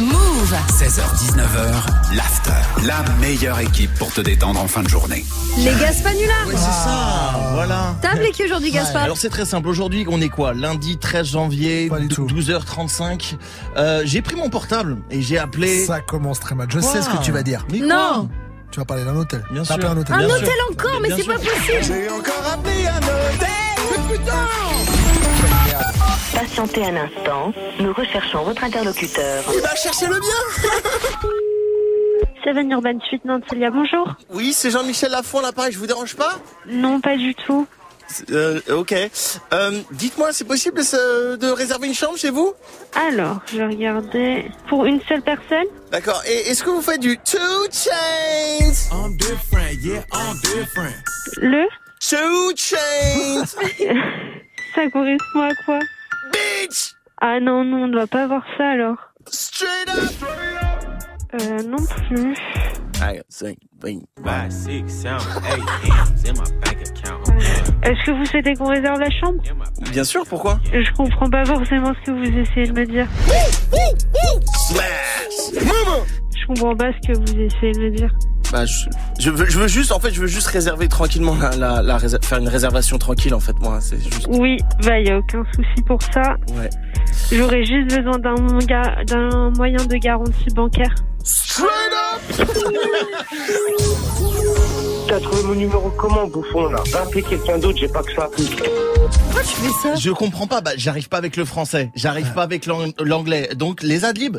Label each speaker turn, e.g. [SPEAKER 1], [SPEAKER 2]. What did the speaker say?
[SPEAKER 1] Move.
[SPEAKER 2] 16h-19h, l'after. La meilleure équipe pour te détendre en fin de journée.
[SPEAKER 3] Les Gaspanulas
[SPEAKER 4] Ouais, c'est ça, voilà.
[SPEAKER 3] T'as appelé qui aujourd'hui, Gaspar
[SPEAKER 4] Alors c'est très simple, aujourd'hui on est quoi Lundi 13 janvier,
[SPEAKER 5] Pas du tout.
[SPEAKER 4] 12h35. Euh, j'ai pris mon portable et j'ai appelé...
[SPEAKER 5] Ça commence très mal. Je
[SPEAKER 4] Quoi
[SPEAKER 5] sais ce que tu vas dire.
[SPEAKER 4] Mais quoi
[SPEAKER 3] Non
[SPEAKER 5] Tu vas parler d'un hôtel.
[SPEAKER 4] Bien
[SPEAKER 5] T'as
[SPEAKER 4] sûr.
[SPEAKER 5] appelé un hôtel.
[SPEAKER 3] Un
[SPEAKER 4] Bien
[SPEAKER 3] hôtel
[SPEAKER 4] sûr.
[SPEAKER 3] encore, mais
[SPEAKER 4] Bien
[SPEAKER 3] c'est
[SPEAKER 4] sûr.
[SPEAKER 3] pas possible
[SPEAKER 4] J'ai encore appelé un hôtel Putain
[SPEAKER 6] Patientez un instant, nous recherchons votre interlocuteur.
[SPEAKER 4] Il va chercher le bien
[SPEAKER 7] Seven Urban Suite Nantilia, bonjour.
[SPEAKER 4] Oui, c'est Jean-Michel Lafont à l'appareil, je vous dérange pas
[SPEAKER 7] Non, pas du tout.
[SPEAKER 4] euh, Ok. Euh, Dites-moi, c'est possible ce- de réserver une chambre chez vous
[SPEAKER 7] Alors, je regardais. Pour une seule personne
[SPEAKER 4] D'accord. Et est-ce que vous faites du two chains
[SPEAKER 7] Le
[SPEAKER 4] Two chains
[SPEAKER 7] Ça correspond à quoi
[SPEAKER 4] Bitch
[SPEAKER 7] Ah non, non, on ne doit pas voir ça alors.
[SPEAKER 4] Straight up
[SPEAKER 7] Euh, non plus.
[SPEAKER 8] Five, six, seven, eight M's in my bank account.
[SPEAKER 7] Est-ce que vous souhaitez qu'on réserve la chambre
[SPEAKER 4] Bien sûr, pourquoi
[SPEAKER 7] Je comprends pas forcément ce que vous essayez de me dire.
[SPEAKER 4] Slash Maman
[SPEAKER 7] Je comprends pas ce que vous essayez de me dire.
[SPEAKER 9] Bah, je, je veux, je veux juste, en fait, je veux juste réserver tranquillement la, la, la réser- faire une réservation tranquille, en fait, moi, c'est juste.
[SPEAKER 7] Oui, bah y a aucun souci pour ça.
[SPEAKER 9] Ouais.
[SPEAKER 7] J'aurais juste besoin d'un ga- d'un moyen de garantie bancaire.
[SPEAKER 4] Straight up
[SPEAKER 10] T'as trouvé mon numéro comment, bouffon, là Va appeler quelqu'un d'autre, j'ai pas que ça.
[SPEAKER 3] Pourquoi tu fais ça
[SPEAKER 4] Je comprends pas, bah, j'arrive pas avec le français, j'arrive pas avec l'ang- l'anglais, donc les adlibs